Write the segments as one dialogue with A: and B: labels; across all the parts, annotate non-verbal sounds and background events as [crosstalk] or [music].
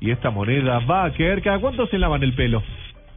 A: Y esta moneda va a caer cada cuánto se lavan el pelo.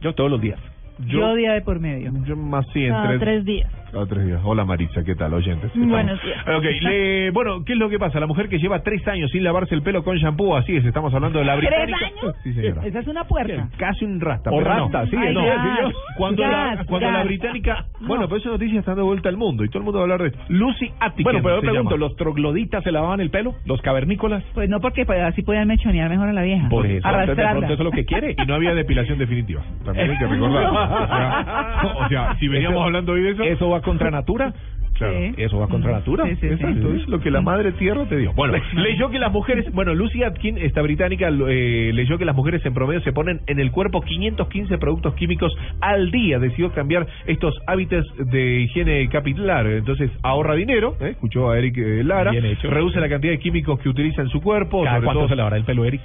A: Yo todos los días.
B: Yo, día de por medio.
A: yo más sí, en
B: Cada
A: tres,
B: tres días.
A: cada tres días. Hola Marisa, ¿qué tal, oyentes? ¿Qué tal?
B: Buenos días.
A: Ok, le- bueno, ¿qué es lo que pasa? La mujer que lleva tres años sin lavarse el pelo con shampoo, así es, estamos hablando de la británica.
B: años?
A: [laughs] Sí, señora.
B: Esa es una puerta.
A: Casi un rasta.
C: O
A: pero
C: rasta,
A: no.
C: sí,
B: Ay,
A: no.
B: gas,
A: cuando la,
B: gas,
A: cuando la
B: gas. [laughs]
A: británica... Bueno, pero esa noticia está dando vuelta al mundo y todo el mundo va a hablar de... Lucy Atkinson
C: Bueno, pero yo
A: se
C: pregunto,
A: llama.
C: ¿los trogloditas se lavaban el pelo? ¿Los cavernícolas?
B: Pues no, porque pues, así podían mechonear mejor a la vieja.
C: Por eso, entonces de
B: Arrastrarla.
C: pronto eso es lo
B: [laughs]
C: que quiere.
A: Y no había depilación definitiva. También hay que recordar. O sea, o sea, si veníamos
C: Eso-
A: hablando hoy de eso...
C: ¿Eso va contra natura?
A: Claro.
B: Sí. Mm.
C: ¿Eso va contra natura?
B: Sí, sí, sí.
A: Exacto, es lo que la madre tierra te dio. Bueno,
C: Leyó que las mujeres, bueno, Lucy Atkin, esta británica, lo- eh, leyó que las mujeres en promedio se ponen en el cuerpo 515 productos químicos al día. Decidió cambiar estos hábitos de higiene capilar. Entonces ahorra dinero, ¿eh? escuchó a Eric eh, Lara,
A: Bien hecho.
C: reduce la cantidad de químicos que utiliza en su cuerpo.
A: ¿Cada
C: sobre
A: cuánto
C: todo-
A: se lavará el pelo, Eric?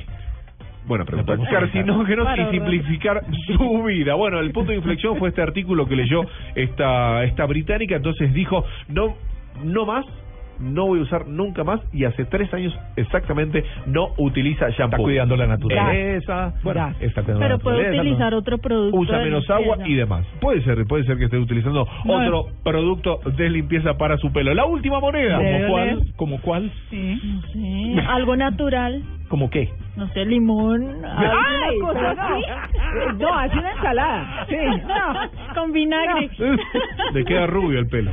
A: Bueno, pregunta.
C: Los carcinógenos y simplificar su vida. Bueno, el punto de inflexión fue este artículo que leyó esta esta británica, entonces dijo, no no más no voy a usar nunca más y hace tres años exactamente no utiliza shampoo.
A: cuidando la
C: naturaleza. Bueno,
B: Gas.
C: está cuidando la
D: Pero puede
C: naturaleza,
D: utilizar
C: ¿no?
D: otro producto.
C: Usa
D: de
C: menos agua
D: limpieza.
C: y demás. Puede ser, puede ser que esté utilizando
B: No,
C: otro producto de limpieza para su pelo. La última moneda.
B: Debe oler.
C: ¿Como cuál?
B: Sí.
D: No sé, algo natural. [laughs]
C: ¿Como qué?
D: No sé, limón. alguna
B: Ay,
D: cosa
B: pero
D: así.
B: no. [laughs] No,
D: [laughs]
B: hace una ensalada. Sí.
D: No, con vinagre.
C: Le queda rubio el pelo.